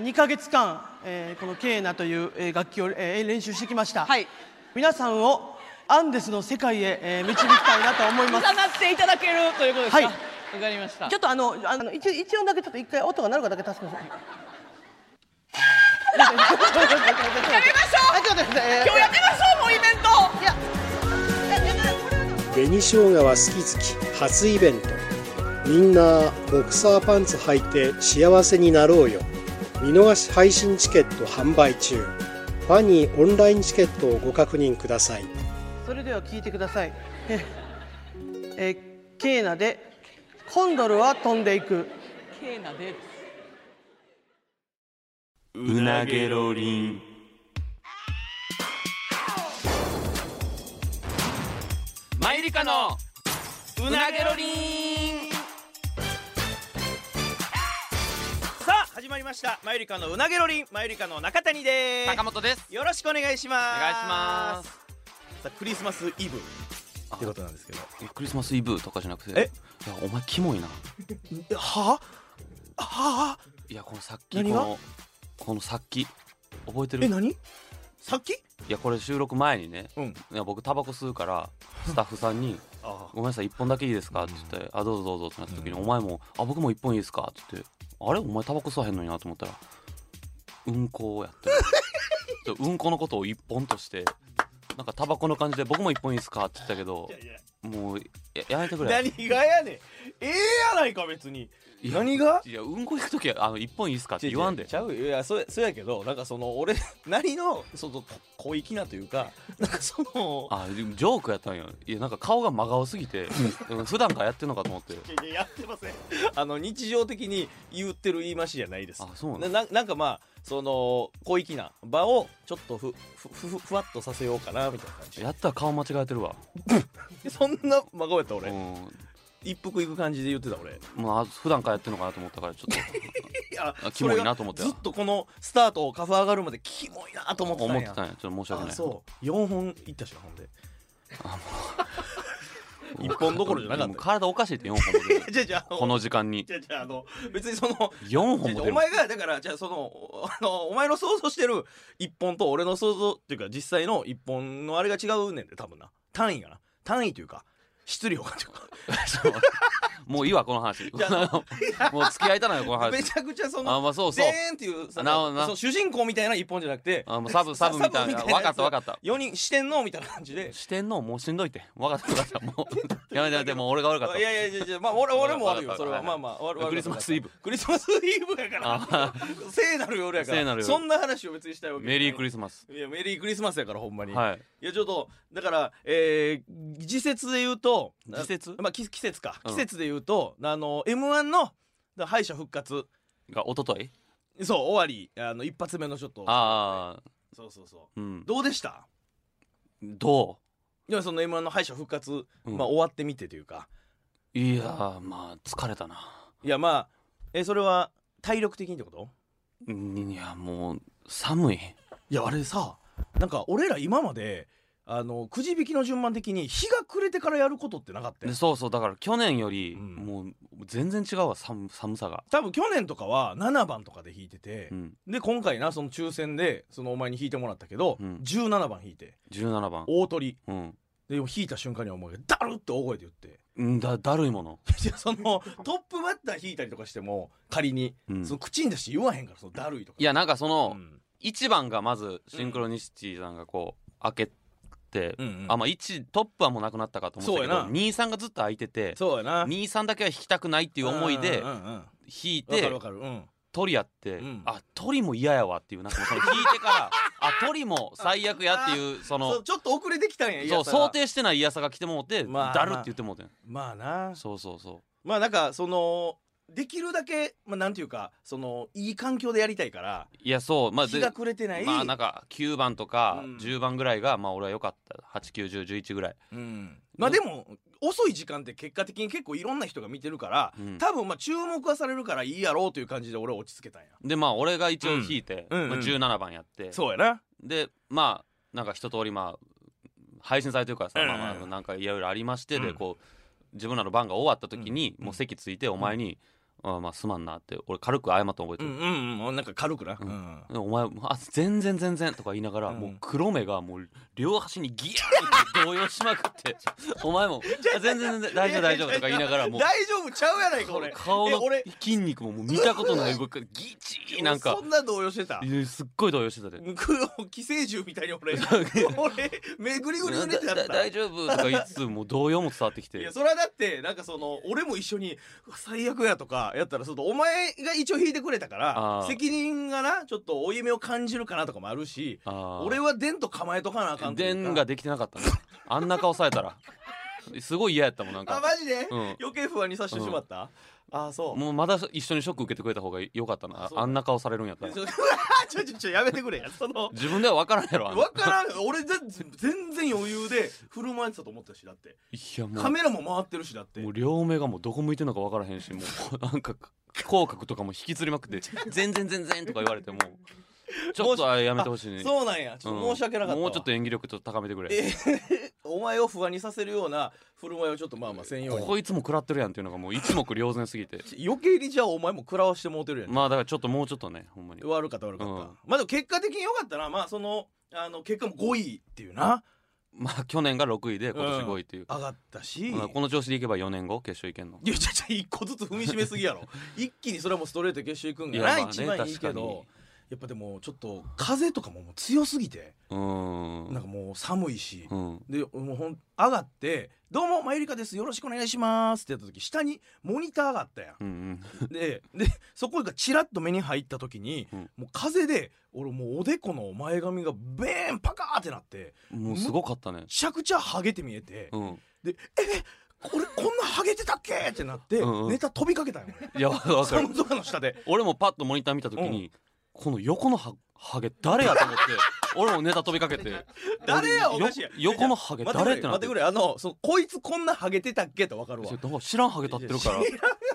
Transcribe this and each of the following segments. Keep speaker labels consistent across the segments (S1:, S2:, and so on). S1: 2ヶ月間、えーこのケーナという、えー楽器を、えー練習してきました、
S2: はい
S1: 皆さんをアンデスの世界へ、えー導きたいなと思い
S2: 重
S1: ます
S2: なっていただけるということですか
S1: はい
S2: わかりまし た
S1: ちょっとあのあの一一音だけちょっと一回音が鳴るかだけ助けてくだ さい
S2: やりましょう
S1: あちょっと待ってくださいえー
S2: 今日やってましょうもうイベント
S1: いや
S3: 紅生姜は好き好き初イベントみんなボクサーパンツ履いて幸せになろうよ見逃し配信チケット販売中ファニーオンラインチケットをご確認ください
S1: それでは聞いてください えーえーケーナでコンドルは飛んでいく
S2: ケーナで
S4: うなげろりんマイリカのうなげろりん
S5: さあ始まりましたマユリカのうなげろりんマユリカの中谷で
S4: 坂本です
S5: すよろしくお願いします
S4: お願いします
S5: さあクリスマスイブってことなんですけど
S4: クリスマスイブとかじゃなくて
S5: え
S4: いやお前キモいな
S5: はあはあ
S4: いやこのさっきこ
S5: 何が
S4: のこのさっき覚えてる
S5: え
S4: い
S5: 何さっき
S4: やこれ収録前にね
S5: うん
S4: いや僕タバコ吸うからスタッフさんに
S5: あ
S4: 「ごめんなさい1本だけいいですか?」って言って「あどうぞどうぞ」ってなった時に「お前もあ僕も1本いいですか?」って言って「あれお前タバコ吸わへんのにな」と思ったら「うんこをやってる」 ちょうんこのことを1本としてなんかタバコの感じで「僕も1本いいですか?」って言ったけどもうややめてくれ
S5: 何がやねんええやないか別に
S4: いや
S5: 何が
S4: いやうんこ行く時はあの1本いいですかって言わんで
S5: ちゃういやそうそうやけどなんかその俺なりのそのこ小粋なというかなんかその
S4: あでもジョークやったんやいやなんか顔が真顔すぎてうん普段からやってんのかと思って
S5: いやいややってませんあの日常的に言ってる言い回しじゃないです
S4: あそうな
S5: なんななんかまあその小粋な場をちょっとふふふふふわっとさせようかなみたいな感じ
S4: やったら顔間違えてるわ
S5: でそんな真顔やった
S4: う
S5: 俺、
S4: ん
S5: 一服いく感じで言ってた俺
S4: まあ普段からやってんのかなと思ったからちょっと
S5: いや
S4: あキモいなと思って
S5: それがずっとこのスタートをカフ上がるまでキモいなと思ってたん
S4: 思
S5: や
S4: ってたんやちょっと申し訳ない
S5: あそう4本いったしなほんで 一本どころじゃなかった
S4: もう体おかしいって4本も出る
S5: じゃあじゃあ
S4: この時間に
S5: じゃあじゃああの別にその
S4: 4本も
S5: じゃあじゃあ
S4: 出
S5: お
S4: る
S5: 前がだからじゃあそのあのお前の想像してる一本と俺の想像っていうか実際の一本のあれが違うねんで多分な単位がな単位というか質量がというか
S4: そうもういいわこの話
S5: じゃあ
S4: もう付き合いたないよこの
S5: め
S4: 話
S5: ちゃくちゃそ
S4: あ
S5: の
S4: まあそう
S5: で
S4: そう
S5: ーんっていうそ
S4: なお
S5: の
S4: な
S5: その主人公みたいな一本じゃなくて
S4: あもうサブサブみたいな
S5: サブみたいなや
S4: 分
S5: つ
S4: かった分かった
S5: 4人四天王みたいな感じで
S4: 四天王もうしんどいって分かった分かったもうやめてやめてもう俺が悪かっ
S5: いやいやいやいやまあ俺俺もあるよそれ
S4: は
S5: はいまあまあ悪い悪い
S4: クリスマスイブ
S5: クリスマスイブやから
S4: あ
S5: 聖なる夜やか
S4: 聖なる
S5: ら
S4: 夜
S5: そんな話を別にしたいわ
S4: た
S5: け
S4: メリーク
S5: リ
S4: リスマス
S5: いやメリークリスマスやからほんまに
S4: はい
S5: いやちょっとだから、えー、時節で言うと
S4: 時節
S5: あまあ、き季節か、
S4: うん
S5: 季節で言うとあの m 1のだ敗者復活
S4: が一昨日
S5: そう終わりあの一発目のちょっと
S4: ああ
S5: そうそうそ
S4: うん
S5: うどうでした
S4: ど
S5: いやその m 1の敗者復活、
S4: う、うん
S5: まあ、終わってみてというか
S4: いやーまあ疲れたない
S5: やまあえそれは体力的にってこと
S4: うんいやもう寒い
S5: いやあれさなんか俺ら今まであのくじ引きの順番的に日が暮れてからやることってなかったよ
S4: でそうそうだから去年より
S5: うん
S4: もう全然違うわ寒寒さが、
S5: 多分去年とかは7番とかで引いてて、
S4: うん、
S5: で今回なその抽選でそのお前に引いてもらったけど、
S4: うん
S5: 17番引いて
S4: 17番
S5: 大鳥
S4: うん
S5: で引いた瞬間にお前がダルって大声で言って
S4: うんだだるいもの、
S5: いやそのトップバッター引いたりとかしても仮に、
S4: うん、
S5: その口に出して言わへんからそのだるいとか
S4: いやなんかそうの
S5: ん
S4: 1番がまずシンクロニシティさんがこう開けて、
S5: うんうん
S4: あまあ1トップはもうなくなったかと思ったけ
S5: そう
S4: ど
S5: やな
S4: 23がずっと開いてて
S5: そうやなっ
S4: 23だけは引きたくないって
S5: て
S4: いう思いで
S5: わ、うんうん
S4: 引い
S5: わか
S4: て
S5: るわかるうん
S4: 鳥やって、
S5: うん
S4: あ鳥も嫌やわっていうなんかもうその引いてからあ鳥も最悪やって いうそ
S5: そ
S4: の
S5: うちょっと遅れてきたんや
S4: そう
S5: 嫌さが
S4: 想定してない嫌さが来てもうて、
S5: まあ
S4: だるって言ってもうてん
S5: まあな
S4: そうそうそ
S5: まあなんかそのできるだけ、まあ、なんていうかそのいい環境でやりたいから
S4: ういやそうまあ
S5: 日
S4: で
S5: が暮れてない、
S4: まあなんか9番とか
S5: うん
S4: 10番ぐらいがまあ俺は良かった891011ぐらい、
S5: うん、まあでも遅い時間って結果的に結構いろんな人が見てるから、
S4: うん
S5: 多分まあ注目はされるからいいやろうという感じで俺は落ち着けたんや
S4: でまあ俺が一応引いて、
S5: うんうんうん
S4: まあ、17番やって
S5: そうやな
S4: でまあなんか一通りまあ配信されてるからさ、
S5: うん
S4: まあまあなんかいろいろありましてで、
S5: うん
S4: こう自分らの番が終わった時に、
S5: うん
S4: もう席ついてお前に、あまあすまんなって俺軽く謝ったの覚えて
S5: う
S4: る、
S5: んうんうんなんか軽くな
S4: う
S5: うんん
S4: でお前「あ全然全然」とか言いながら、
S5: うん
S4: もう黒目がもう両端にギャーって動揺しまくって お前も「あ全然全然大丈夫大丈夫」とか言いながらもう
S5: 大丈夫ちゃうやないか俺
S4: 顔
S5: え
S4: の
S5: 俺
S4: 筋肉ももう見たことない動きギチーなんか
S5: そんな動揺してた
S4: いやすっごい動揺してたで
S5: く寄生獣みたいに俺俺目ぐりぐりぐりってなっ
S4: だだ
S5: た
S4: 大丈夫とか言いつつもう動揺も伝わってき
S5: い
S4: て
S5: やそれはだってなんかその俺も一緒にうわ最悪やとかやったらちょっとお前が一応引いてくれたか
S4: あ
S5: ら
S4: ー
S5: 責任がなちょっと負い目を感じるかなとかもあるし俺
S4: は
S5: は伝と構えとかなあかんというか
S4: 電ができてなかったねあんな顔されたら すごい嫌やったもんなん
S5: あ
S4: か
S5: マジで、
S4: うん
S5: 余計不安にさせてしまった、ああそう
S4: もうまだ一緒にショック受けてくれた方がよかったな
S5: あそう
S4: あんな顔されるんやったら
S5: ちょちょちょちょやめてくれ やその
S4: 自分では分からんやろあんな
S5: わからん俺全全然余裕で振る舞えてたと思ったしだって
S4: いやも
S5: カメラも回ってるしだって
S4: うもう両目がもうどこ向いてんのか分からへんしもうなんか口角とかも引きずりまくって「全然全然」とか言われてもうちょっとあれやめてほしいね
S5: そうなんやちょっと
S4: うん
S5: 申し訳なかったわ、
S4: もうちょっと演技力ちょっと高めてくれ
S5: えお前を不安にさせるような振る舞いをちょっとまあまあ専用に
S4: こいつも食らってるやんっていうのがもう一目瞭然すぎて
S5: 余計にじゃあお前も食らわしてもうてるやん、
S4: まあだからちょっともうちょっとねほんまに
S5: 悪かった悪かった、
S4: うん
S5: まあでも結果的に良かったなまあそのあの結果も5位っていうな
S4: まあ 去年が6位で今年5位っていう、
S5: 上がったし、
S4: まあこの調子でいけば4年後決勝いけんの
S5: いやちょちょ一個ずつ踏みしめす ぎやろ一気にそれはもうストレートで決勝行くん
S4: いや
S5: が
S4: ま
S5: な、
S4: あね
S5: 一番いいけ
S4: 確かに
S5: どやっぱでもちょっと風とかももう強すぎて
S4: うーん
S5: なんかもう寒いし、
S4: うん
S5: でもうほん上がって「どうもマユリカですよろしくお願いします」ってやった時下にモニターがあったやん
S4: うんうん
S5: ででそこがチラッと目に入った時に、
S4: うん
S5: もう風で俺もうおでこの前髪がベーンパカーってなって
S4: もうすごかった ね
S5: めちゃくちゃハゲて見えて、
S4: うん
S5: で「え俺こんなハゲてたっけ?」ってなって、
S4: うんうん
S5: ネタ飛びかけたんよ俺
S4: いやわわかる
S5: 寒空の下で
S4: 俺もパッとモニター見た時に、この横のハハゲ誰やと 思って俺もネタ飛びかけて
S5: 誰やおかしいや
S4: よ横のハゲ
S5: 待って
S4: 誰っ
S5: く
S4: て
S5: れ
S4: なっ
S5: 待って
S4: て
S5: くれあのそうこいつこんなハゲてたっけって分かるわ
S4: そうだから知らんハゲ立ってるから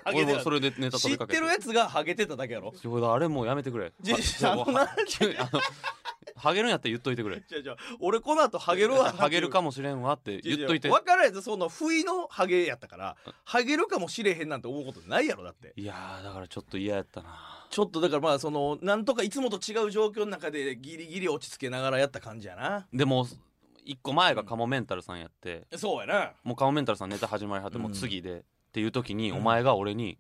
S5: ハゲ
S4: 俺
S5: て
S4: も
S5: た
S4: それでネタ飛
S5: 知
S4: び
S5: っ
S4: かけて
S5: てるやつがハゲてただけやろ
S4: ちょあれもうやめてくれ
S5: じ
S4: あ
S5: あのな
S4: 急にあの ハゲるんやったら言っといてくれ
S5: 違う違う俺この後ハゲるわ
S4: ハゲるかもしれんわって言っといて
S5: 分からんやつその不意のハゲやったからハゲるかもしれへんなんて思うことないやろだって
S4: いやーだからちょっと嫌やったな
S5: ちょっとだからまあそのなんとかいつもと違う状況の中でギリギリ落ち着けながらやった感じやな
S4: でも一個前がカモメンタルさんやって、
S5: そうやな
S4: もうカモメンタルさんネタ始まりはってもう次で、っていう時に
S5: うん
S4: お前が俺に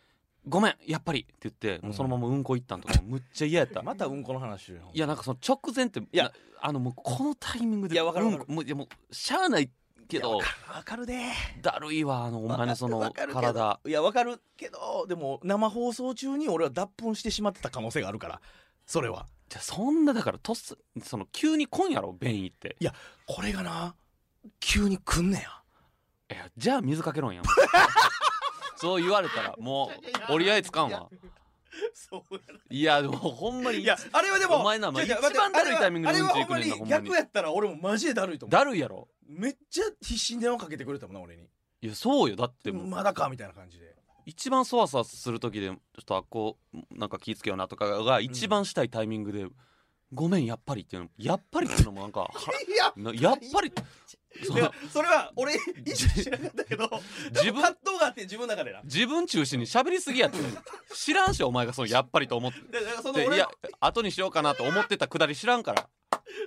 S4: 「ごめんやっぱり」って言ってもうそのままうんこ行った んとかもうむっちゃ嫌やった、
S5: またうんこの話よ
S4: いやなんかその直前ってい
S5: や
S4: あのもうこのタイミングで
S5: いやわかる
S4: う
S5: わ
S4: ん
S5: かる
S4: こもういやもうしゃあないけど
S5: わかるで
S4: だるいわあのお前のその
S5: わかるけど
S4: 体
S5: いやわかるけどでも生放送中に俺は脱粉してしまってた可能性があるからそれは
S4: じゃそんなだからとっすその急に来んやろ便意って
S5: これがな急に来んねや
S4: いやじゃあ水かけろん やんそう言われたらもう折り合いつかんわ
S5: そうや
S4: いやでもほんまに
S5: いやあれはでも
S4: お前なまあ
S5: 違う違う
S4: 一番だるいタイミングで
S5: あれ
S4: う
S5: は
S4: んち行くねんなほん
S5: あれはほんまに
S4: まに
S5: 逆やったら俺もマジでだるいと思う
S4: だるいやろ
S5: めっちゃ必死に電話かけてくれたもんな俺に
S4: いやそうよだって
S5: で
S4: もう
S5: もまだかみたいな感じで
S4: 一番そわそわする時でちょっとあっこなんか気ぃつけようなとかが一番したいタイミングで「ごめんやっぱり」っていうのやっぱりっていうのもなんかは
S5: やっ
S4: なやっぱりそ
S5: いや
S4: の
S5: それは俺意識しなかったけど
S4: 自
S5: 自
S4: 分
S5: 分葛藤があって自分の中でな
S4: 自分中心に喋りすぎやって知らんしお前がその「やっぱり」と思って。
S5: だからその
S4: でい
S5: 俺
S4: や
S5: の
S4: 後にしようかなと思ってたくだり知らんから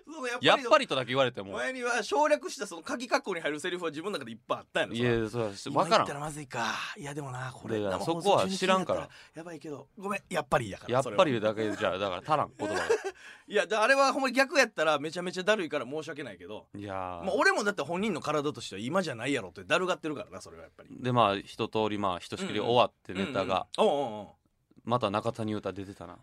S5: そのやっ
S4: 「やっ
S5: ぱり
S4: ぱり」とだけ言われて
S5: お
S4: も
S5: 前には省略したその鍵括弧に入るセリフは自分の中でいっぱいあったんやろ
S4: い
S5: それ
S4: やそうだ分
S5: 今
S4: か
S5: 言
S4: ら
S5: ったら
S4: ん
S5: まずいかいやでもなこれ
S4: だから
S5: 生放送
S4: そこは
S5: 中に
S4: 知らんから
S5: 聞いたやばいけどごめんやっぱりやから
S4: やっぱり
S5: それは
S4: だけじゃだから足らん言葉
S5: いやだあれはほんまに逆やったらめちゃめちゃだるいから申し訳ないけど
S4: がいやー
S5: まあ、俺もだって本人の体としては今じゃないやろってだるがってるからなそれはやっぱり
S4: でまあ一通りまあひとしきり終わってネタが、
S5: うんうんうんおうおうおう
S4: また中谷歌出てたな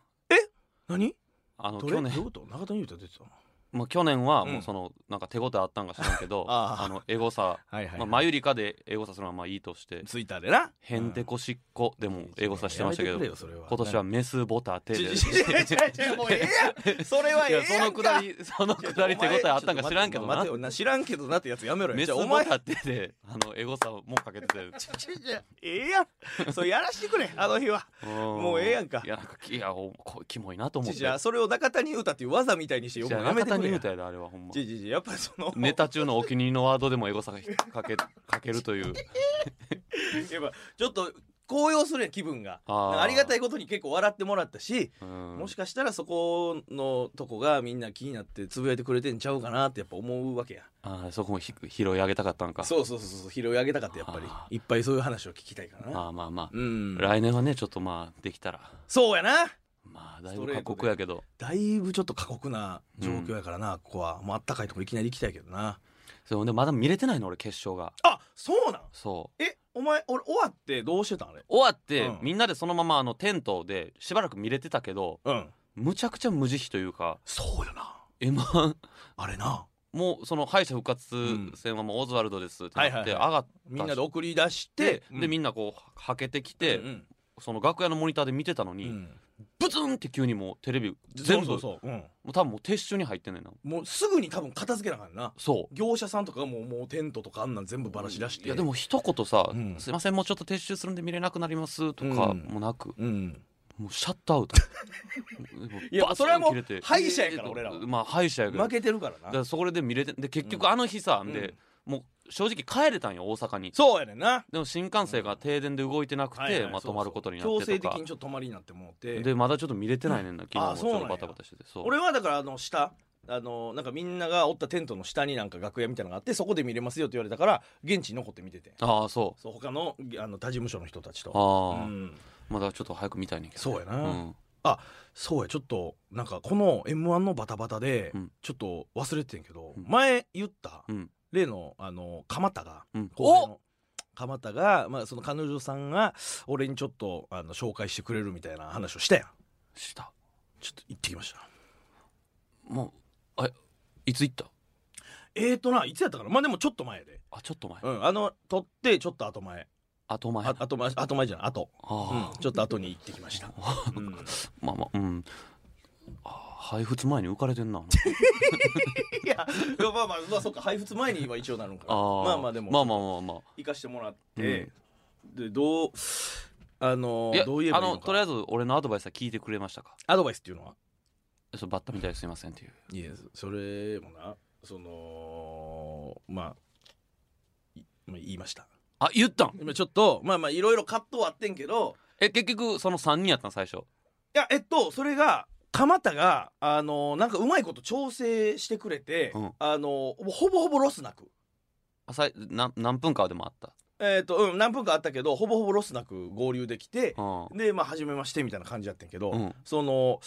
S5: 何
S4: あの
S5: ど
S4: 去
S5: れどういう
S4: 年
S5: こと中谷優太出てたの
S4: まあ去年は
S5: うん
S4: もうその、なんか手応えあったんか知らんけど
S5: あ
S4: あ
S5: あ
S4: のエゴサ、
S5: はいは
S4: まあ、マユリカでエゴサするのはまあいいとして
S5: ツイッターでな
S4: 「へんてこしっこ」でもエゴサしてましたけど
S5: やめてくれよそれは
S4: 今年は
S5: な
S4: メスボタテ
S5: ち
S4: で
S5: ょちょちょちょちょもうええやんそれはいええや
S4: や
S5: ん
S4: その
S5: か
S4: くだり そのくだり手応えあったんか知らんけど
S5: ちょ
S4: な
S5: ちょお前ちょ待てよ知らんけどなってやつやめろよ
S4: メ
S5: じ
S4: ス
S5: ゃあ
S4: ボ
S5: お前
S4: タテであのエゴサもかけてて
S5: ちょちょええやんそれやらしてくれあの日は
S4: も
S5: もうええやんか
S4: いやなんかいやおこキモいなと思
S5: ちょ
S4: って
S5: ちょそれを中谷歌っていう技みたいにしてよ
S4: い
S5: く
S4: や
S5: やめて
S4: 中
S5: くれ
S4: 谷
S5: や
S4: 歌やであれはほんま
S5: ちょちょちょやっぱりその
S4: ネタ中のお気 に入りのワードでもエゴサが引っ掛けかけるという
S5: やっぱちょっと高揚するやん気分が
S4: あー
S5: なんかありがたいことに結構笑ってもらったし、
S4: うん
S5: もしかしたらそこのとこがみんな気になってつぶやいてくれてんちゃうかなってやっぱ思うわけや
S4: あーそこもひ拾い上げたかったんか
S5: そうそうそうそう拾い上げたかったやっぱ
S4: あ
S5: りいっぱいそういう話を聞きたいからな
S4: まあまあまあ、
S5: うん
S4: 来年はねちょっとまあできたら
S5: そうやな
S4: まあだいぶ過酷やけど
S5: だいぶちょっと過酷な状況やからな、ここはもうあったかいところいきなり行きたいけどな
S4: それでまだ見れてないの俺決勝が
S5: あそうなん
S4: そう
S5: えお前俺終わってどうしてたんあれ
S4: 終わって、
S5: うん
S4: みんなでそのままあのテントでしばらく見れてたけど
S5: うん
S4: むちゃくちゃ無慈悲というか
S5: そうよな
S4: m 1
S5: あれな
S4: もうその敗者復活戦はもうオズワルドですってなって上
S5: うんは
S4: がっ
S5: みんなで送り出して
S4: て、でみんなこうはけてきて、
S5: うんうん
S4: その楽屋のモニターで見てたの
S5: う
S4: に、
S5: ん
S4: ブツンって急にもうテレビ全部
S5: そうそうそう、うん、
S4: もう多分もう撤収に入ってんねんな
S5: もうすぐに多分片付けなあかんな
S4: そう
S5: 業者さんとかがもうもうテントとかあんなん全部ばらし出して
S4: いやでも一言さ「
S5: うん
S4: すいませんもうちょっと撤収するんで見れなくなります」とか
S5: うん
S4: もなく、
S5: うん
S4: もうシャットアウト
S5: いや
S4: バツン
S5: それはもう
S4: 切れて
S5: 敗者やから
S4: え
S5: 俺らは
S4: まあ敗者やけど
S5: 負けてるから
S4: だ
S5: な
S4: からそこで見れてで結局あの日さ、
S5: うん
S4: でもう正直帰れたんよ大阪に
S5: そうやねんな
S4: でも新幹線が停電で動いてなくて、
S5: はいはい
S4: まあ、
S5: そうそう
S4: 止まることになってと
S5: 強制
S4: か
S5: 的にちょっと泊まりになってもうて
S4: でまだちょっと見れてないねんな昨日
S5: あ
S4: も
S5: ー
S4: ちょ
S5: そ
S4: っ
S5: うな
S4: と
S5: んや
S4: バタバタしててそう
S5: 俺はだからあの下あのなんかみんながおったテントの下になんか楽屋みたいなのがあってそこで見れますよって言われたから現地に残って見てて
S4: ああそ
S5: そう他のあの他事務所の人たち
S4: う
S5: と
S4: ああ、
S5: うん、
S4: まだちょっと早く見たいねんけど
S5: そうやな、
S4: うん、
S5: そうやちょっとなんかこの m 1のバタバタで
S4: うん
S5: ちょっと忘れてんけど、
S4: うん
S5: 前言った、
S4: うん
S5: 例のあの蒲田が、
S4: うん
S5: 後輩の蒲田が、まあ、その彼女さんが俺にちょっとあの紹介してくれるみたいな話をしたやん
S4: した
S5: ちょっと行ってきました
S4: もうあれいつ行った
S5: えーとないつやったかなまあでもちょっと前やで
S4: あちょっと前、
S5: うんあの撮ってちょっと後前
S4: 後前
S5: あ
S4: あ
S5: 後前後前じゃない後、う
S4: あ
S5: ん、ちょっと後に行ってきました、 うん
S4: まあまあうんああ配布前に浮かれてん な
S5: いやいやまあまあまあそっか配布前には一応なるんか
S4: あ
S5: な
S4: ー
S5: まあまあでも
S4: まあまあまあまあ
S5: 行かしてもらって、でどうあの
S4: いや
S5: どう言えばいい
S4: あ
S5: の
S4: の
S5: か
S4: とりあえず俺のアドバイスは聞いてくれましたか
S5: アドバイスっていうのは
S4: そうバッタみたいですいませんっていう
S5: いやそれもなそのまあいまあ言いました
S4: あ言ったん
S5: 今ちょっとまあまあいろいろ葛藤はあってんけど
S4: え結局その3人やったん最初
S5: いやえっとそれが蒲田があのなんかうまいこと調整してくれて、
S4: うん
S5: あのほぼほぼロスなく
S4: あさいな何分かはでもあった
S5: えっとうん何分かあったけどほぼほぼロスなく合流できて、
S4: うん
S5: でまあ初めましてみたいな感じだったんやけど、
S4: うん
S5: その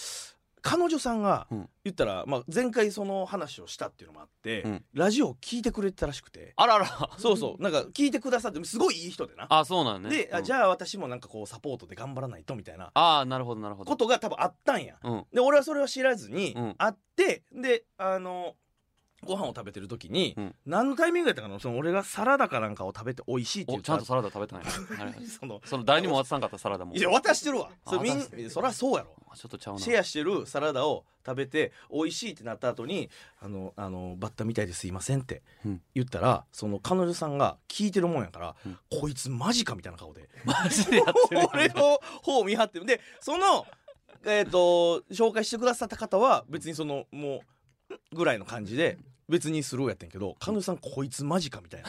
S5: 彼女さんが
S4: うん
S5: 言ったら、まあ、前回その話をしたっていうのもあって、
S4: うん
S5: ラジオを聞いてくれてたらしくて
S4: あらあら
S5: そうそうなんか聞いてくださってすごいいい人でな
S4: あそうなんね
S5: で、あ
S4: うん
S5: じゃあ私もなんかこうサポートで頑張らないとみたいな
S4: ああなるほどなるほど
S5: ことが多分あったんや
S4: うん
S5: で俺はそれを知らずに
S4: うん
S5: 会って、であのご飯を食べてる時に、
S4: うん
S5: 何のタイミングやったかなその俺がサラダかなんかを食べて美味しいって言
S4: お
S5: っ
S4: ちゃ
S5: た
S4: んとサラダ食べてないなはい
S5: その
S4: その誰にも渡さんかったサラダも
S5: いや渡してるわそれみ
S4: あ渡して
S5: んそりゃそうやろ
S4: あちょっとちゃうな
S5: シェアしてるサラダを食べて美味しいってなった後にあのあのバッタみたいですいませんって
S4: うん
S5: 言ったら、その彼女さんが聞いてるもんやから、
S4: うん
S5: こいつマジかみたいな顔で
S4: マジでやってるやん
S5: 俺の方を見張ってるでそのえっ、と紹介してくださった方は別にそのもううんぐらいの感じで別にスルーやってんけど彼女さんこいつマジかみたいな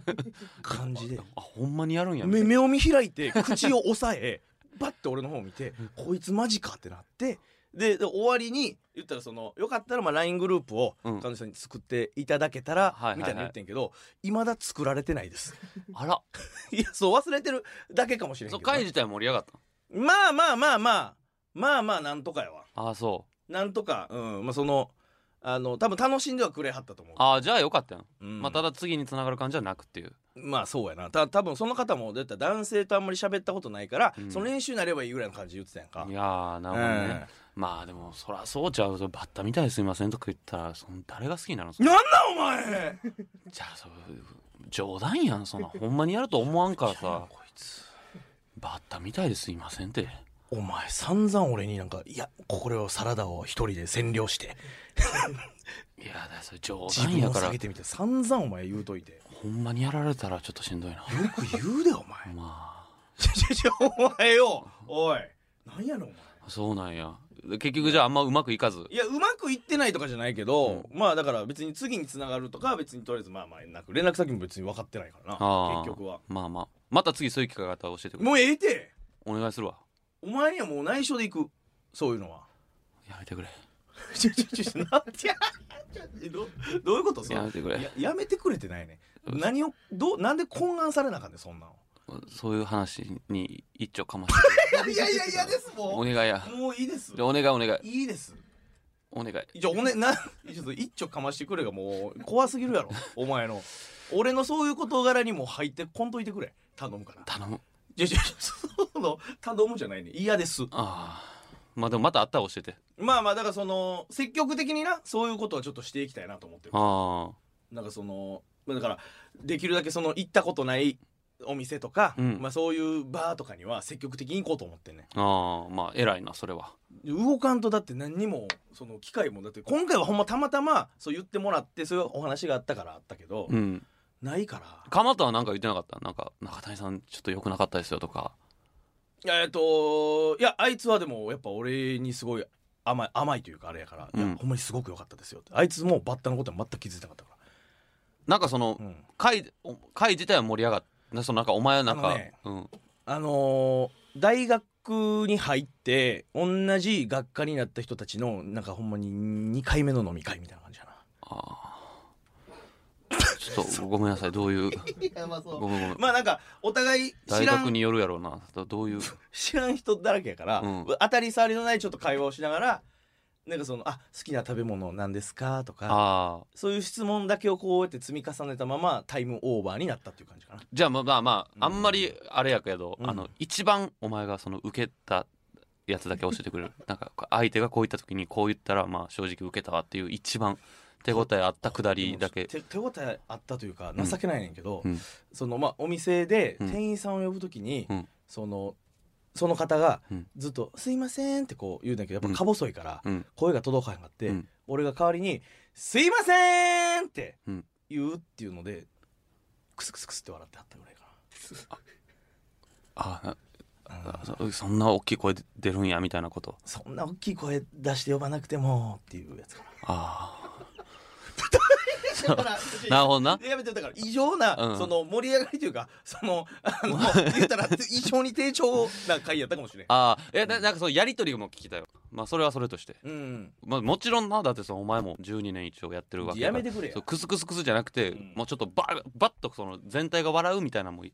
S5: 感じで
S4: あほんまにやるんやみた
S5: 目
S4: いな
S5: 目を見開いて口を押さえバッて俺の方を見て「こいつマジか」ってなってでで終わりに言ったらそのよかったらまあ LINE グループを
S4: うん
S5: 彼女さんに作っていただけた
S4: はいはいは
S5: ら
S4: い
S5: みたいな言ってんけどいまだ作られてないです
S4: あら
S5: いやそう忘れてるだけかもしれん
S4: そ
S5: け
S4: う
S5: ど
S4: 会
S5: ね
S4: 自体盛り上がった
S5: まあまあまあまあまあまあなんとかやわ
S4: ああそう
S5: なんとかうんまあそのあの多分楽しんではくれはったと思う
S4: ああじゃあよかったやん、
S5: うん
S4: まあ、ただ次に繋がる感じはなくっていう
S5: まあそうやなた多分その方もだったら男性とあんまり喋ったことないから、
S4: うん
S5: その練習になればいいぐらいの感じで言ってたやんか
S4: いやーなるほどね、まあでもそらそうちゃうぞバッタみたいですいませんとか言ったらその誰が好きになるんです
S5: なん
S4: か
S5: なんお前
S4: じゃあそう冗談やんそんな ほんまにやると思わんからさ
S5: こいつ
S4: バッタみたいですいませんって
S5: お前散々俺になんかいやこれをサラダを一人で占領して
S4: いやだからそれ冗
S5: 自
S4: 談
S5: 分
S4: や
S5: を
S4: か
S5: 下
S4: ら
S5: げてみて散々お前言うといてよ
S4: ほんまにやられたらちょっとしんどいな
S5: く言う でお前
S4: ま
S5: ちょちょちょお前よおいなんやろお前
S4: あそうなんやで結局じゃああんまうまくいかず
S5: いやうまくいってないとかじゃないけど、まあだから別に次につながるとかは別にとりあえずまあまあなく連絡先も別に分かってないからな
S4: あー
S5: 結局は
S4: まあままた次そういう機会があったら教えてくれ
S5: もうええて
S4: お願いするわ
S5: お前にはもう内緒で行くそういうのは
S4: やめてくれ
S5: ちょちょちょちょなんてや どどういうことそれ
S4: やめてくれ
S5: ややめてくれてないね
S4: うん
S5: 何をどうなんで懇願されなあかんねんそんなん
S4: そういう話に一丁かまして
S5: いやいやいやです
S4: お
S5: も
S4: 願いや
S5: うもういいです
S4: じゃあお願いお願い
S5: いいです
S4: お願い
S5: じゃあおねなちょっと一丁かましてくれがもう怖すぎるやろお前の俺のそういう事柄にも入ってこんといてくれ頼むから
S4: 頼む
S5: じゃじゃその頼むじゃないね嫌です
S4: ああまあでもまたあったら教えて
S5: まあまあだからその積極的になそういうことはちょっとしていきたいなと思ってる
S4: ああ
S5: なんかそのまあだからできるだけその行ったことないお店とか、
S4: うん
S5: まあそういうバーとかには積極的に行こうと思ってんね
S4: ああまあ偉いなそれは
S5: 動かんとだって何にもその機会もだって今回はほんまたまたまそう言ってもらってそういうお話があったからあったけど、
S4: うん
S5: ないから
S4: 鎌田はなんか言ってなかったなんか中谷さんちょっと良くなかったですよとか
S5: いやえっといやあいつはでもやっぱ俺にすごい甘い甘いというかあれやから、
S4: うん
S5: いやほんまにすごく良かったですよってあいつもバッタのことは全く気づいてなかったか
S4: なんかその
S5: ら、うん、
S4: 会お会自体は盛り上がったそのなんかお前はなん
S5: あ
S4: か、
S5: のね
S4: うん
S5: あのー大学に入って同じ学科になった人たちのなんかほんまに2回目の飲み会みたいな感じやな
S4: ああちょっとごめんなさいどういうごめんごめん
S5: まあなんかお互い知
S4: 大
S5: ら
S4: 学
S5: ん
S4: によるやろうなどどういう
S5: 知らん人だらけやから、
S4: うん
S5: 当たり障りのないちょっと会話をしながらなんかその「あ好きな食べ物何ですか?」とか
S4: ああ
S5: そういう質問だけをこうやって積み重ねたままタイムオーバーになったっていう感じかな
S4: じゃあまあまあまあ、
S5: うん
S4: あんまりあれやけど、
S5: うん
S4: あの一番お前がその受けたやつだけ教えてく れるなんか相手がこう言った時にこう言ったらまあ正直受けたわっていう一番手応えあったくだりだけ
S5: 手手応えあったというか情けないねんけど、
S4: うん
S5: そのまあお店で
S4: うん
S5: 店員さんを呼ぶときに、
S4: うん
S5: そのその方が
S4: うん
S5: ずっと「すいません」ってこう言うんだけどやっ
S4: うん
S5: ぱか細いから
S4: うん
S5: 声が届かへんかって、
S4: うん
S5: 俺が代わりに「すいません!」って
S4: うん
S5: 言うっていうのでクスクスクスって笑ってはったぐらいか
S4: ああ
S5: な、うん
S4: あそそんな大きい声で出るんやみたいなこと
S5: そんな大きい声出して呼ばなくてもっていうやつか
S4: あ
S5: な だから
S4: あ なるほどな
S5: でやめてだから異常な、
S4: うん
S5: その盛り上がりというか そのあの言ったら異常に低調な回やったかもしれん
S4: ああえななんかそのやり取りも聞きたいよまあそれはそれとして、
S5: うん
S4: まあ、もちろんなだってそのお前も12年一応やってるわけ
S5: や
S4: だか
S5: め
S4: ら
S5: てくれや
S4: そうクスクスクスじゃなくて、
S5: うん
S4: もうちょっとバッバッとその全体が笑うみたいなのもいい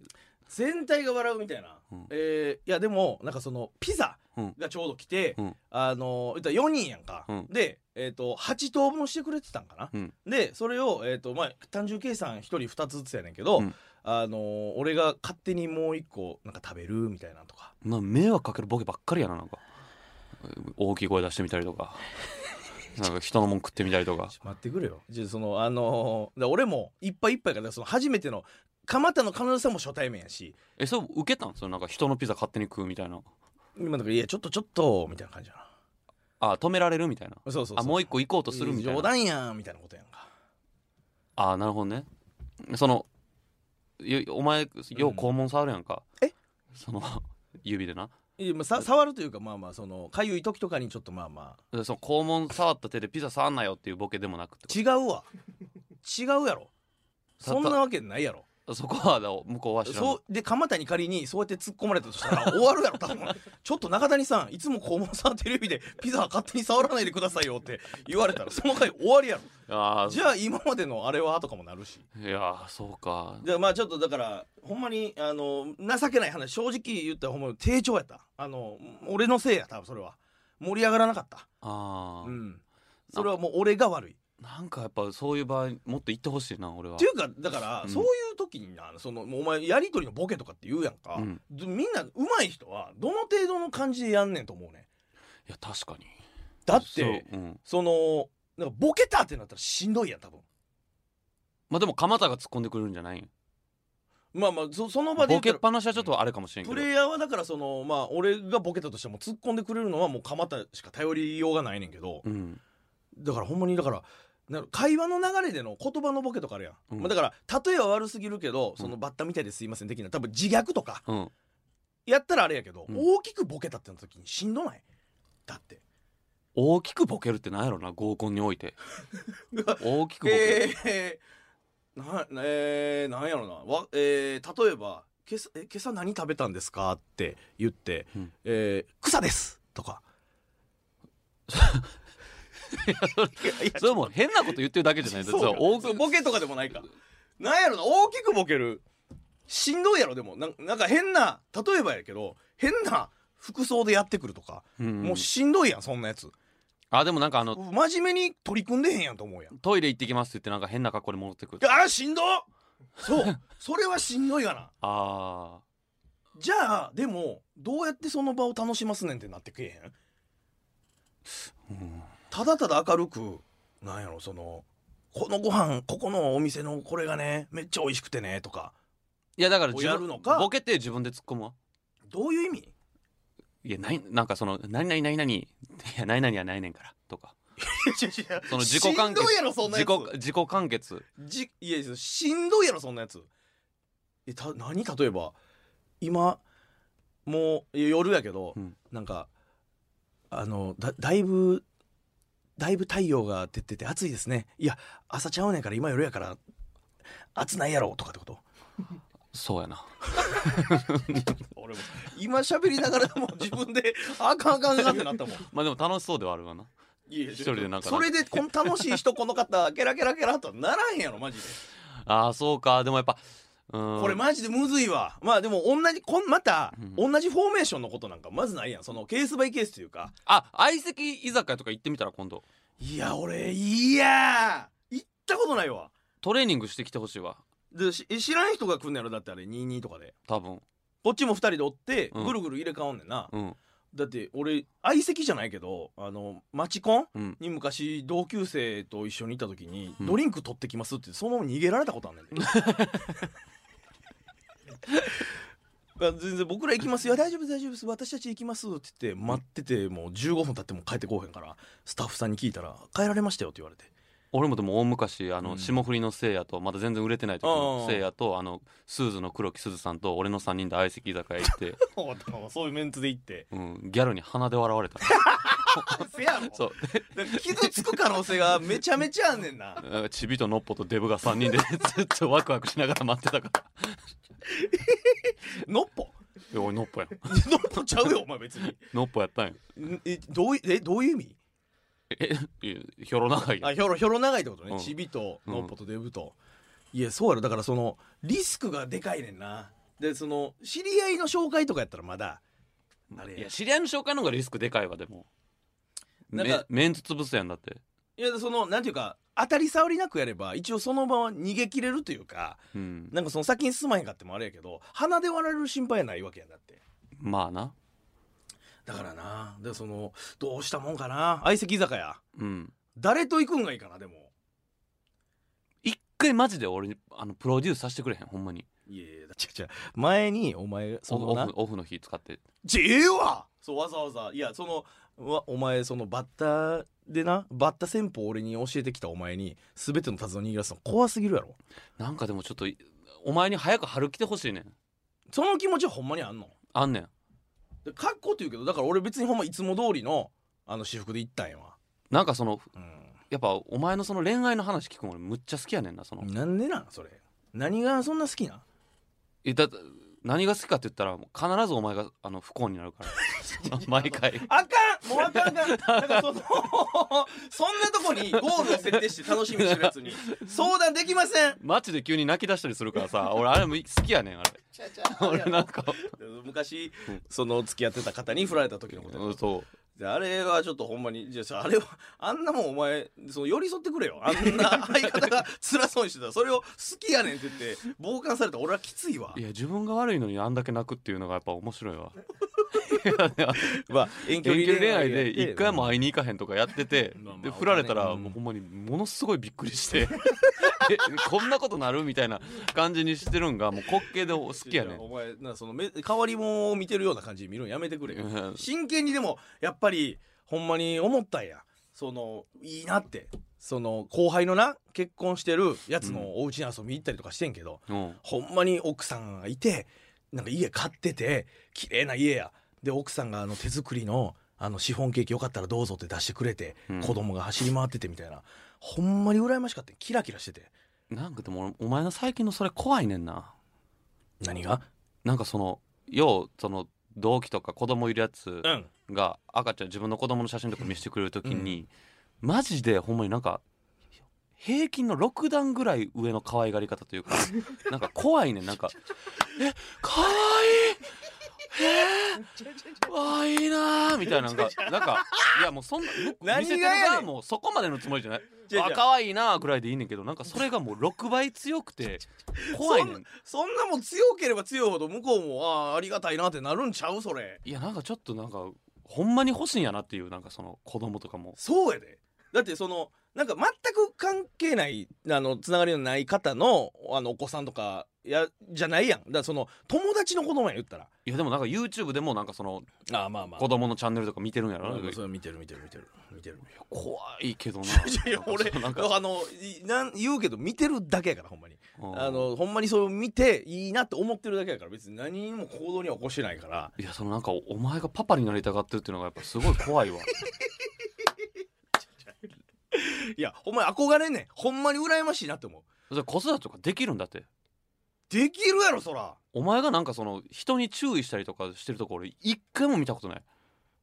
S5: 全体が笑うみたいな、
S4: うん
S5: えーいやでもなんかそのピザ
S4: うん
S5: がちょうど来て、
S4: うん
S5: あの言ったら4人やんか、
S4: うん
S5: で、えー、と8等分してくれてたんかな、
S4: うん
S5: でそれを、えーとまあ、単純計算1人2つずつやねんけど、
S4: うん
S5: あの俺が勝手にもう1個なんか食べるみたいなとか
S4: な迷惑かけるボケばっかりやななんか大きい声出してみたりとか なんか人のもん食ってみたりとか
S5: ちょ待ってくれよじゃあそのあのーだから俺もいっぱいいっぱいからその初めての蒲田の彼女さんも初対面やし
S4: えそれ受けたんそのなんか人のピザ勝手に食うみたいな
S5: 今だから「いやちょっとちょっと」みたいな感じや
S4: あ止められるみたいな
S5: なそうそうそう
S4: あもう一個行こうとするみたい
S5: 冗
S4: な
S5: 談やんみたいなことやんか
S4: あなるほどねそのよお前よう肛門触るやんか、
S5: え
S4: その 指でない
S5: やまあさ触るというかまあまあそのかゆい時とかにちょっとまあまあ
S4: でその肛門触った手でピザ触んなよっていうボケでもなくってこ
S5: 違うわ違うやろ
S4: た
S5: そんなわけないやろ
S4: とそこはだ向こうは知らん
S5: そうで鎌田に仮にそうやって突っ込まれたとしたら 終わるやろ多分ちょっと中谷さんいつも肛門さんテレビでピザは勝手に触らないでくださいよって言われたらその回終わりやろ
S4: あ
S5: じゃあ今までのあれはとかもなるし
S4: あいやそうか
S5: でまあちょっとだからほんまにあの情けない話正直言ったらほんまに低調やったあの俺のせいや多分それは盛り上がらなかった
S4: ああ、
S5: うんそれはもう俺が悪い
S4: なんかやっぱそういう場合もっと言ってほしいな俺は
S5: っていうかだから、
S4: うん
S5: そういう時になそのもうお前やり取りのボケとかって言うやんか、
S4: うん
S5: でみんな上手い人はどの程度の感じでやんねんと思うねん
S4: いや確かに
S5: だっ
S4: そう
S5: て
S4: うん、
S5: そのなんかボケたってなったらしんどいやん多分
S4: まあでも蒲田が突っ込んでくれるんじゃないん
S5: まあまあそその場で言
S4: ボ
S5: った
S4: ケっ
S5: ら
S4: ぱなしはちょっとあれかもしれんけ
S5: プ
S4: ど、
S5: レイヤーはだからそのまあ俺がボケたとしても突っ込んでくれるのはもう蒲田しか頼りようがないねんけど、
S4: うん、
S5: だからほんまにだからな会話の流れでの言葉のボケとかあるやん、
S4: うん
S5: まあ、だから例えは悪すぎるけどそのバッタみたいですいません的な多分自虐とか
S4: うん、
S5: やったらあれやけど、
S4: うん
S5: 大きくボケたっての時にしんどないだって
S4: 大きくボケるってなんやろな合コンにおいて大きくボケる、
S5: えー、なえー、なんやろなわ、えー、例えば今朝え今朝何食べたんですか?」って言って
S4: うん
S5: 「えー草です」とか
S4: それも変なこと言ってるだけじゃないです
S5: そうか
S4: 大
S5: そう
S4: く
S5: ボケとかでもないかなんやろな大きくボケるしんどいやろでもなんなんか変な例えばやけど変な服装でやってくるとか、
S4: うん
S5: もうしんどいやんそんなやつ
S4: あでもなんかあの
S5: 真面目に取り組んでへんやんと思うやん
S4: トイレ行ってきますって言ってなんか変な格好で戻ってくる
S5: あーしんど そうそれはしんどいがな
S4: あ
S5: じゃあでもどうやってその場を楽しますねんってなってけえへん、ただただ明るくなんやろそのこのご飯ここのお店のこれがねめっちゃ美味しくてねとか
S4: ーいやだから自
S5: や
S4: 分
S5: るのか
S4: ボケて自分で突っ込むわ
S5: どういう意味
S4: いやないなんかその何々何々いや何々はないねんからとか
S5: そ
S4: その自己完結
S5: しんどいやろそんなや
S4: 自
S5: つ
S4: 己自己完結
S5: じいやしんどいやろそんなやつえた何例えば今もういや夜やけど、
S4: うん
S5: なんかあのだだいぶだいぶ太陽が出てて暑いですねいや朝ちゃうねんから今夜やから暑ないやろとかってこと
S4: そうやな
S5: 俺も今喋りながらもう自分であかんあかんあかんってなったもん
S4: まあでも楽しそうではあるわな一人でなんか
S5: それでこの楽しい人この方ケラケラケラとはならんやろマジで
S4: ああそうかでもやっぱうーん
S5: これマジでむずいわまあでも同じこんまた
S4: う
S5: 同じフォーメーションのことなんかまずないやんそのケースバイケースというか
S4: あ相席居酒屋とか行ってみたら今度
S5: いや俺いや行ったことないわ
S4: トレーニングしてきてほしいわ
S5: でし知らん人が来んのやろだってあれ22とかで
S4: 多分
S5: こっちも2人でおって
S4: うん
S5: ぐるぐる入れ替わんねんな、
S4: うん
S5: だって俺相席じゃないけどあの街コン
S4: うん
S5: に昔同級生と一緒にいた時に、
S4: うん
S5: ドリンク取ってきますってそのまま逃げられたことあんねん であ全然僕ら行きますよ大丈夫大丈夫です私たち行きますって言って待っててもう15分経っても帰ってこうへんからスタッフさんに聞いたら「帰られましたよ」って言わ れて
S4: 俺もでも大昔あの、
S5: うん
S4: 霜降りのせいやとまだ全然売れてない時
S5: あ
S4: の
S5: あ
S4: せいやとあのスーズの黒木すずさんと俺の3人で相席居酒屋行 って、
S5: そういうメンツで行って
S4: うん、ギャルに鼻で笑われた
S5: せやろ
S4: そう
S5: だから傷つく可能性がめちゃめちゃあんねんな
S4: なんかチビとノッポとデブが3人でずっとワクワクしながら待ってたから
S5: のっぽ
S4: 「えおいノッポやん
S5: のっぽちゃうよお前別に
S4: ノッポやったんや
S5: んえどういえどういう意味
S4: いやひょろ長いや
S5: あ
S4: ん
S5: ひょろひょろ長いってことね、
S4: うん
S5: チビとノッポとデブと、いやそうやろだからそのリスクがでかいねんなでその知り合いの紹介とかやったらまだあれ
S4: い
S5: や
S4: や知り合いの紹介の方がリスクでかいわでも
S5: なん
S4: め
S5: か
S4: メンツ潰すやんだって
S5: いやそのなんていうか当たり障りなくやれば一応その場は逃げ切れるというか
S4: うん
S5: なんかその先に進まへんかってもあれやけど鼻で割られる心配はないわけやんだって
S4: まあな
S5: だからなでそのどうしたもんかな相席居酒屋
S4: うん
S5: 誰と行くんがいいかなでも
S4: 一回マジで俺にあのプロデュースさせてくれへんほんまに
S5: いやいや違う違う前にお前そ
S4: オ
S5: の
S4: フオ
S5: な
S4: フオフの日使って
S5: じゃええわそうわざわざいやそのわお前そのバッタでなバッタ戦法俺に教えてきたお前に全ての手綱を握らすの怖すぎるやろ
S4: なんかでもちょっといお前に早く春来てほしいねん
S5: その気持ちはほんまにあんの
S4: あんねん
S5: でかっこって言うけどだから俺別にほんまいつも通りのあの私服で行ったんやわ、
S4: なんかその
S5: う
S4: やっぱお前のその恋愛の話聞くの俺むっちゃ好きやねんなその
S5: ん、なんでなんそれ何がそんな好きなん
S4: えだって何が好きかって言ったらもう必ずお前があの不幸になる から毎回
S5: あかんもうあかんあかんなんかその そんなとこにゴールを設定して楽しみにしてるやつに相談できません
S4: マッチで急に泣き出したりするからさ俺あれも好きやねんあれ 俺なんか
S5: 昔その付き合ってた方に振られた時のことや
S4: うんそう
S5: であれはちょっとほんまにじゃああれはあんなもんお前その寄り添ってくれよあん な相方が辛そうにしてたらそれを好きやねんって言って傍観されたら俺はきついわ
S4: いや自分が悪いのにあんだけ泣くっていうのがやっぱ面白いわ
S5: まあ遠
S4: 遠距離恋愛で
S5: やって
S4: 一回も会いに行かへんとかやってて
S5: まあまあ
S4: で振られた
S5: わ
S4: ら
S5: かんない
S4: もうほんまにものすごいびっくりして えこんなことなるみたいな感じにしてるんがもう滑稽で好きやねん
S5: お前なそのめ変わり者を見てるような感じで見るのやめてくれよ
S4: うん
S5: 真剣にでもやっぱりほんまに思ったんやそのいいなってその後輩のな結婚してるやつのお家に遊びに行ったりとかしてんけど、
S4: うん
S5: ほんまに奥さんがいてなんか家買ってて綺麗な家やで奥さんがあの手作りのあのシフォンケーキよかったらどうぞって出してくれて、
S4: うん
S5: 子供が走り回っててみたいなほんまに羨ましかったキラキラしてて
S4: なんかでも俺お前の最近のそれ怖いねんな
S5: 何が
S4: なんかそのようその同期とか子供いるやつ
S5: うん
S4: が赤ちゃん自分の子供の写真とか見せてくれる時に、マジでほんまになんか平均の6段ぐらい上の可愛がり方 というかなんか怖いねんなんか「え可愛いえー、わいいなー」みたいな なんかなんかいやもうそんなむ見せて
S5: 何
S4: る
S5: がやねん
S4: 側もそこまでのつもりじゃない
S5: 違う違う
S4: あ可愛いなーぐらいでいいねんけどなんかそれがもう6倍強くて怖いねん
S5: そんなもん強ければ強いほど向こうもああありがたいなってなるんちゃうそれ
S4: いやなんかちょっとなんかほんまに欲しいんやなっていうなんかその子供とかも
S5: そうやでだってそのなんか全く関係ないあのつながりのない方のあのお子さんとかやじゃないやんだからその友達の子供や言ったら
S4: いやでもなんか YouTube でもなんかその
S5: ああまあまあ
S4: 子供のチャンネルとか見てるんやろ、
S5: うんそれ見てる見てる見てる見てる
S4: 怖いけどな
S5: いや俺
S4: なんか
S5: あのいなん言うけど見てるだけやからほんまに
S4: うん
S5: あのほんまにそれを見ていいなって思ってるだけやから別に何も行動には起こしてないから
S4: いやそのなんかおお前がパパになりたがってるっていうのがやっぱすごい怖いわ
S5: いやほんまに憧れんねんほんまに羨ましいなって思う
S4: それ子育てとかできるんだって
S5: できるやろそら
S4: お前がなんかその人に注意したりとかしてるとこ俺一回も見たことない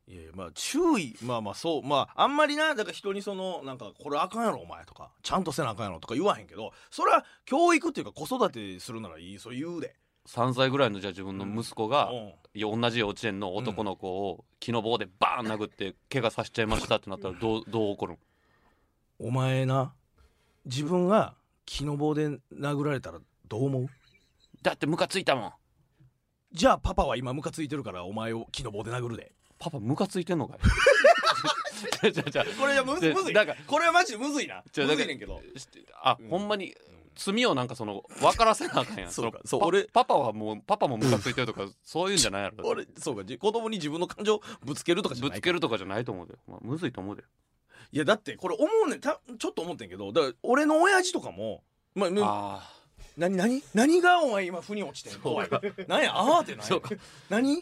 S5: いやいやまあ注意まあまあそうまああんまりなだから人にそのなんかこれあかんやろお前とかちゃんとせなあかんやろとか言わへんけどそれは教育っていうか子育てするならいいそれ言うで、
S4: 3歳ぐらいのじゃあ自分の息子が、
S5: うん、
S4: いや同じ幼稚園の男の子を木の棒でバーン殴って怪我させちゃいましたってなったらどうどう怒るん
S5: お前な自分が木の棒で殴られたらどう思う
S4: だってムカついたもん
S5: じゃあパパは今ムカついてるからお前を木の棒で殴るで
S4: パパムカついてんのかい じゃあじゃあじゃ
S5: これむ
S4: ずむずいなんか
S5: これはマジでむずいな
S4: じゃあむずいね
S5: んけど
S4: あしてあ、ほんまに罪をなんかその分からせなあかんやん
S5: そうか
S4: の
S5: そう
S4: パ
S5: 俺
S4: パパはもうパパもムカついてると かそういうんじゃないやろ
S5: 俺そうかじ子供に自分の感情ぶつけるとかじゃ
S4: ぶ
S5: ない
S4: つ
S5: か
S4: け
S5: ら
S4: るとかじゃないと思うで、まあ、むずいと思うで
S5: いやだってこれ思うねんたちょっと思ってんけどだから俺の親父とかもまあ、まあ
S4: あ
S5: 何何何がお前今腑に落ちてんの怖い何やあーって何
S4: そ
S5: や
S4: うか
S5: 何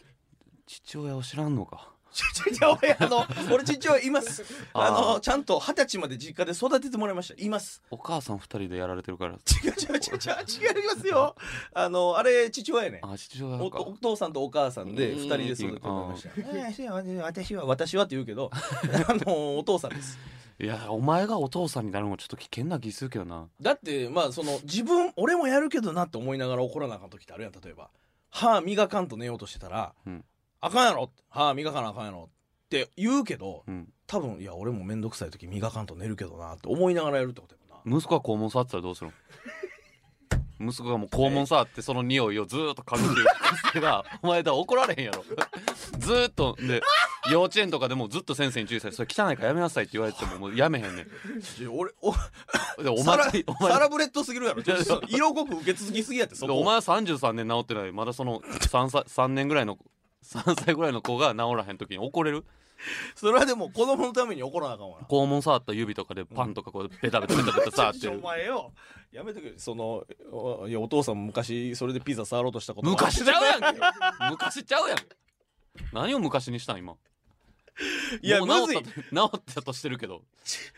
S4: あ 父親を知らんのか
S5: ちょちょちょ俺あの俺ちっちゃいますあ
S4: あー
S5: のちゃんと二十歳まで実家で育ててもらいましたいます
S4: お母さん二人でやられてるから
S5: 違う違う違う違う違いますよあのあれ父親やねん
S4: あ父親
S5: お
S4: か
S5: お父さんとお母さんで
S4: うん
S5: 二人で育ててもらいました私は私はって言うけどあのお父さんです
S4: いやお前がお父さんになるのもちょっと危険な気するけどな
S5: だってまあその自分俺もやるけどなって思いながら怒らなあかん時ってあるやん例えば歯磨かんと寝ようとしてたら「
S4: うん
S5: あかんやろって」歯磨かなあかんやろ」って言うけど
S4: うん
S5: 多分いや俺も面倒くさい時磨かんと寝るけどなって思いながらやるってことやもんな。
S4: 息子が肛門触ってたらどうするの 息子がもう肛門触ってその匂いをずーっと嗅ぐっていう癖がお前だ怒られへんやろ ずーっとで幼稚園とかでもずっと先生に注意されてそれ汚いからやめなさいって言われてももうやめへんねん
S5: ちょ俺お
S4: でお前
S5: サラ
S4: お
S5: サ
S4: 前
S5: ラブレッドすぎるやろちょっと色濃く受け継ぎすぎやってそ
S4: で
S5: こ
S4: お前は33年治ってないまだその 3, 歳3年ぐらいの3歳ぐらいの子が治らへん時に怒れる
S5: それはでも子供のために怒らなあかんわな。
S4: 肛門触った指とかでパンとかこうベタベタベタベタ触っ
S5: ち
S4: て
S5: ょ
S4: る
S5: お前よやめてくれそのおいやお父さんも昔それでピザ触ろうとしたこともある
S4: 昔ちゃうやんけ昔ちゃうやん何を昔にしたん今
S5: いや
S4: も
S5: む
S4: う治
S5: ず
S4: った
S5: い
S4: と 治ったとしてるけど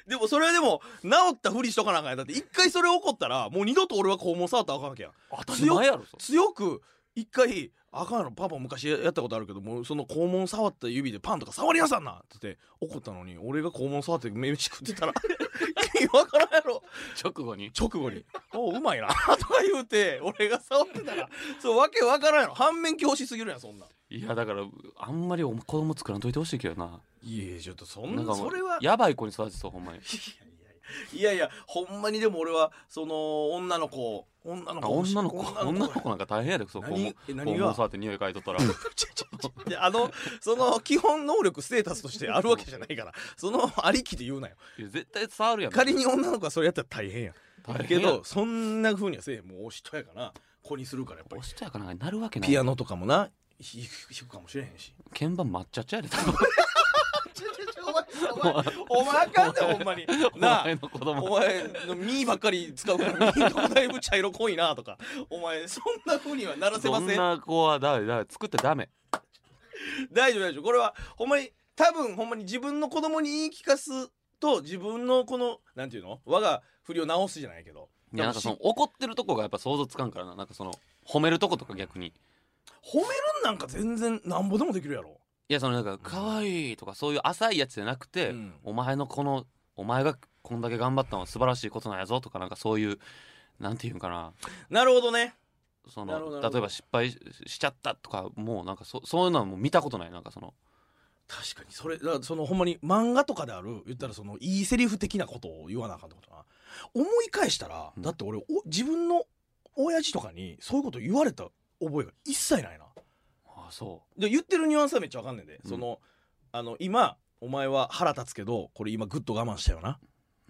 S5: でもそれはでも治ったふりしとかなあかんやんだって一回それ起こったらもう二度と俺は肛門触ったらあかんわけやん
S4: 当たり前やろそ
S5: 強く一回あかんやろパパ昔やったことあるけどもうその肛門触った指でパンとか触りなさんなって言って怒ったのに俺が肛門触って飯食ってたら 意味わからんやろ
S4: 直後に
S5: 直後に「 おううまいな」とか言うて俺が触ってたらそうわけわからんやろ反面教師すぎるやんそんなん
S4: いやだからあんまりお前子供作らんといてほしいけどない
S5: やちょっとそん
S4: なん
S5: な
S4: かも
S5: そうれは
S4: やばい子に育てそうほんまに
S5: いやいやほんまにでも俺はその女の子女の
S4: あ
S5: 子
S4: 女の子女の
S5: や
S4: 子なんか大変やでそう肛
S5: 何え
S4: 門
S5: 何
S4: 肛
S5: が
S4: 門触って匂い嗅いとった ら
S5: ちょちょちょ であのその基本能力ステータスとしてあるわけじゃないからそのありきで言うなよ
S4: いや絶対触るやん
S5: 仮に女の子がそれやったら大変や
S4: 大変や
S5: けどそんな風にはせえへんもうおしとやかな子にするからやっぱり
S4: おしとやかなんかになるわけない
S5: ピアノとかもなひ弾くかもしれへんし
S4: 鍵盤抹茶茶やで
S5: お前あかんでほんまに な
S4: お前
S5: あ
S4: の子
S5: お
S4: 供
S5: 前の「み」ばっかり使うから「み」とだいぶ茶色濃いなとかお前そんな風にはならせま
S4: そ
S5: せん
S4: んな子はだめだめ作ってダメ
S5: 大丈夫大丈夫これはほんまに多分ほんまに自分の子供に言い聞かすと自分のこのなんていうの我が振りを直すじゃないけど
S4: いやなんかその怒ってるとこがやっぱ想像つかんからななんかその褒めるとことか逆に
S5: 褒めるんなんか全然なんぼでもできるやろ
S4: いやそのなんか可愛いとかそういう浅いやつじゃなくて、
S5: うん
S4: お前のこのお前がこんだけ頑張ったのは素晴らしいことなんやぞとかなんかそういうなんていうんかな
S5: なるほどね
S4: そ
S5: なるほど
S4: の
S5: なるほ
S4: 例
S5: ど
S4: えば失敗ししちゃったとかもうなんかそそういうのはもう見たことないなんかその
S5: 確かにそれだからそのほんまに漫画とかである言ったらそのいいセリフ的なことを言わなあかんってことな思い返したら、
S4: うん
S5: だって俺お自分の親父とかにそういうこと言われた覚えが一切ないな
S4: ああそ
S5: で言ってるニュアンスはめっちゃわかんねんで、
S4: うん
S5: そのあの今お前は腹立つけどこれ今グッと我慢したよな、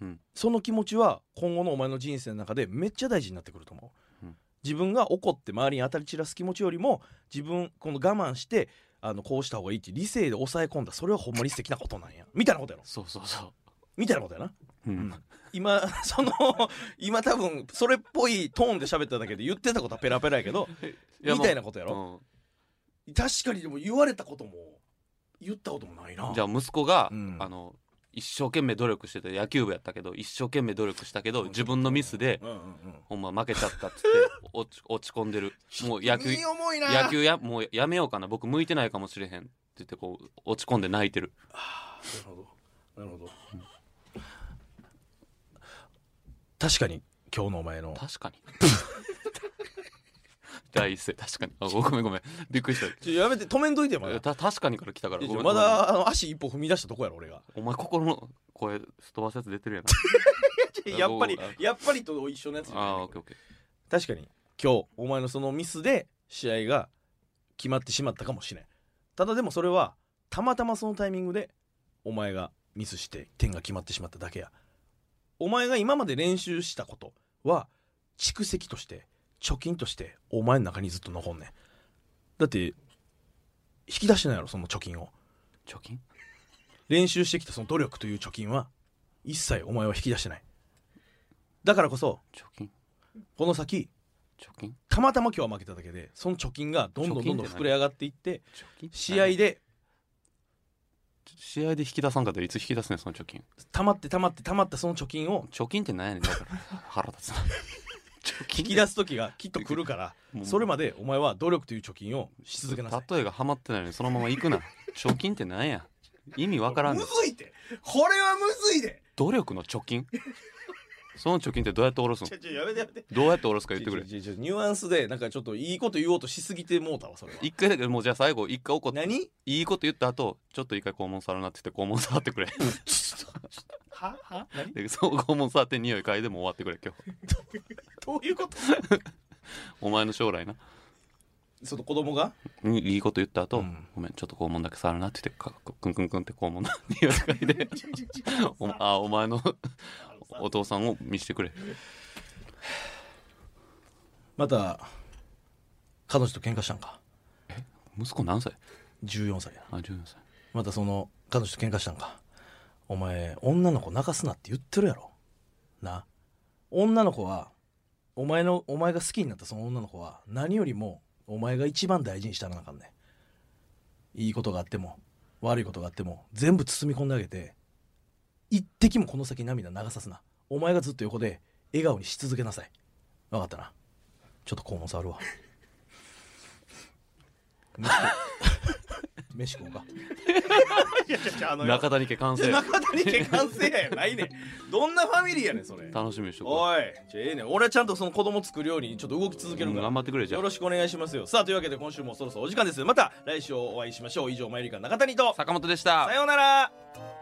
S4: うん
S5: その気持ちは今後のお前の人生の中でめっちゃ大事になってくると思う、
S4: うん
S5: 自分が怒って周りに当たり散らす気持ちよりも自分この我慢してあのこうした方がいいって理性で抑え込んだそれはほんまに素敵なことなんやみたいなことやろ
S4: うそうそうそ
S5: みたいなことやな
S4: う、うん
S5: ん今 その今多分それっぽいトーンで喋っただけで言ってたことはペラペラやけどみたいなことやろ、
S4: ろ、
S5: 確かにでも言われたことも言ったこともないな
S4: うんじゃあ息子が、
S5: うん
S4: あの一生懸命努力してて野球部やったけど一生懸命努力したけど自分のミスで
S5: うんうんうん
S4: ほんま負けちゃったっつって落ち落ち込んでるもう野球
S5: いい重いな
S4: 野球やもうやめようかな僕向いてないかもしれへんって言ってこう落ち込んで泣いてる
S5: なるほどなるほど確かに今日のお前の
S4: 確かに 第一声確かにあごめんごめんびっくりした
S5: ちょやめて止めんといてよまだ
S4: た確かにから来たから
S5: いや
S4: ご
S5: ち
S4: め
S5: ょ
S4: んご
S5: ま
S4: めん
S5: だあの足一歩踏み出したとこやろ俺が
S4: お前心の声すっ飛ばすやつ出てるやん
S5: やっぱり
S4: あ
S5: やっぱりと一緒のやつじゃない
S4: あーオッケーオッケー
S5: 確かに今日お前のそのミスで試合が決まってしまったかもしれんただでもそれはたまたまそのタイミングでお前がミスして点が決まってしまっただけやお前が今まで練習したことは蓄積として貯金としてお前の中にずっと残んねんだって引き出してないやろその貯金を
S4: 貯金
S5: 練習してきたその努力という貯金は一切お前は引き出してないだからこそ
S4: 貯金
S5: この先
S4: 貯金
S5: たまたま今日は負けただけでその貯金がどんどんどんど
S4: 貯金
S5: ん
S4: って何
S5: 膨れ上がっていって
S4: 貯金
S5: 試合
S4: で
S5: で
S4: 試合で引き出さんかったらいつ引き出すねんその貯金
S5: 溜まって溜まって溜まったその貯金を
S4: 貯金って何やねんだから腹立つな貯金
S5: 引き出す時がきっと来るから
S4: もう
S5: それまでお前は努力という貯金をし続けなさい
S4: 例えがハマってないのにそのまま行くな貯金って何や意味わからんねん
S5: ずいってこれはむずいで
S4: 努力の貯金その貯金ってどうやって下ろすの
S5: ちょちょやめてやめて
S4: どうやって下ろすか言ってくれ
S5: ちょちょちょニュアンスでなんかちょっといいこと言おうとしすぎてもうたわそれは
S4: 一回だけもうじゃあ最後一回怒って
S5: 何
S4: いいこと言った後ちょっと一回肛門触るなって言って肛門触ってくれ
S5: はは何
S4: でそう肛門触って匂い嗅いでも終わってくれ今日
S5: どういうこと
S4: お前の将来な
S5: その子供が
S4: うんいいこと言った後、
S5: うん
S4: ごめんちょっと肛門だけ触るなって言ってかクンクンクンって肛門の匂い嗅いでおあお前のお父さんを見せてくれ
S5: また彼女と喧嘩したんか
S4: 息子何歳
S5: 14歳や
S4: あ14歳
S5: またその彼女と喧嘩したんかお前女の子泣かすなって言ってるやろな女の子はお前のお前が好きになったその女の子は何よりもお前が一番大事にしたらなあかんねんいいことがあっても悪いことがあっても全部包み込んであげて一滴もこの先涙流さすなお前がずっと横で笑顔にし続けなさい分かったなちょっと肛門触るわ飯食おうか
S4: 中谷家完成
S5: 中谷家完成やないねんどんなファミリーやねんそれ
S4: 楽しみにしとこ
S5: おいじゃあええねん俺はちゃんとその子供作るようにちょっと動き続
S4: う
S5: ける
S4: うん
S5: か
S4: 頑張
S5: ら
S4: ってくれじゃ
S5: よ
S4: あ
S5: ろしくお願いしますよさあというわけで今週もそろそろお時間ですまた来週お会いしましょう以上マユリカの中谷と
S4: 坂本でした
S5: さようなら